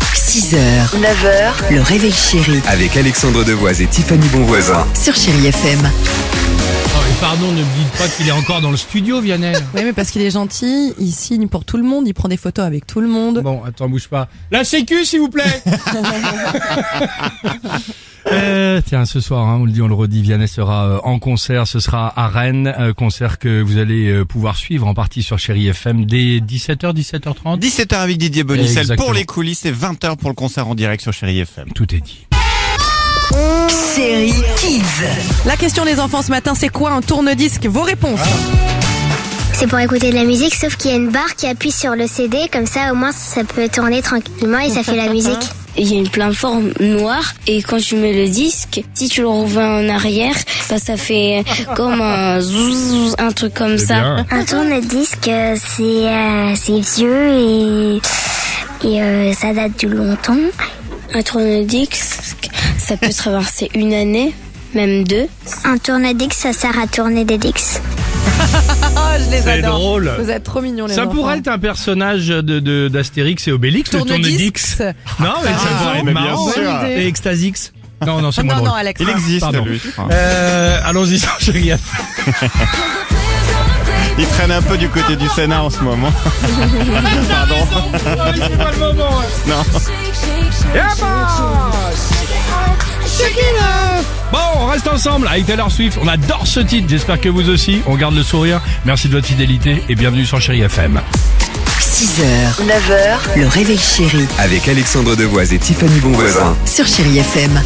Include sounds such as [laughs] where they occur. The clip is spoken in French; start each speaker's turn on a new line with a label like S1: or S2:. S1: 6h, 9h, le réveil chéri
S2: Avec Alexandre Devoise et Tiffany Bonvoisin.
S1: sur Chéri FM.
S3: Oh, mais pardon, ne me dites pas qu'il est encore dans le studio,
S4: [laughs]
S3: Vianney.
S4: Oui, mais parce qu'il est gentil, il signe pour tout le monde, il prend des photos avec tout le monde.
S3: Bon, attends, bouge pas. La sécu, s'il vous
S4: [laughs]
S3: plaît Euh, tiens, ce soir, hein, on le dit, on le redit, Vianney sera euh, en concert, ce sera à Rennes, euh, concert que vous allez euh, pouvoir suivre en partie sur Chéri FM dès 17h, 17h30.
S5: 17h avec Didier Bonicel
S3: Exactement.
S5: pour les coulisses et 20h pour le concert en direct sur Chéri FM.
S3: Tout est dit.
S1: Chéri Kids.
S4: La question des enfants ce matin, c'est quoi un tourne-disque Vos réponses.
S6: C'est pour écouter de la musique, sauf qu'il y a une barre qui appuie sur le CD, comme ça au moins ça peut tourner tranquillement et ça fait la musique.
S7: il y a une plateforme noire et quand tu mets le disque, si tu le revends en arrière, bah, ça fait comme un zouz, un truc comme ça.
S6: Un tourne-disque, euh, c'est euh, c'est vieux et, et euh, ça date du longtemps.
S7: Un tourne-disque, ça peut traverser une année, même deux.
S6: Un tourne-disque, ça sert à tourner des disques.
S4: Oh, je les
S3: C'est
S4: adore.
S3: drôle.
S4: Vous êtes trop mignons les
S3: Ça
S4: enfants.
S3: pourrait être un personnage de de- d'Astérix et Obélix, le tourne-dix.
S4: tourne-disque.
S3: Non, mais ça pourrait être
S5: mais bien
S3: marrant.
S5: sûr.
S4: Bonne idée.
S3: Et Extasix. Non, non, c'est moins
S4: Non,
S3: drôle.
S4: non, Alex. hein.
S5: Il existe,
S3: Ah, Pardon.
S5: lui.
S3: Euh, allons-y [laughs] sur Chéri FM.
S5: Il traîne un peu du côté du Sénat en ce moment. Pardon.
S3: hein.
S5: Non.
S3: ah, Bon, on reste ensemble avec Taylor Swift. On adore ce titre. J'espère que vous aussi. On garde le sourire. Merci de votre fidélité et bienvenue sur Chéri FM.
S1: 6h, 9h, le réveil chéri
S2: Avec Alexandre Devoise et Tiffany Bonvoisin.
S1: sur Chéri FM.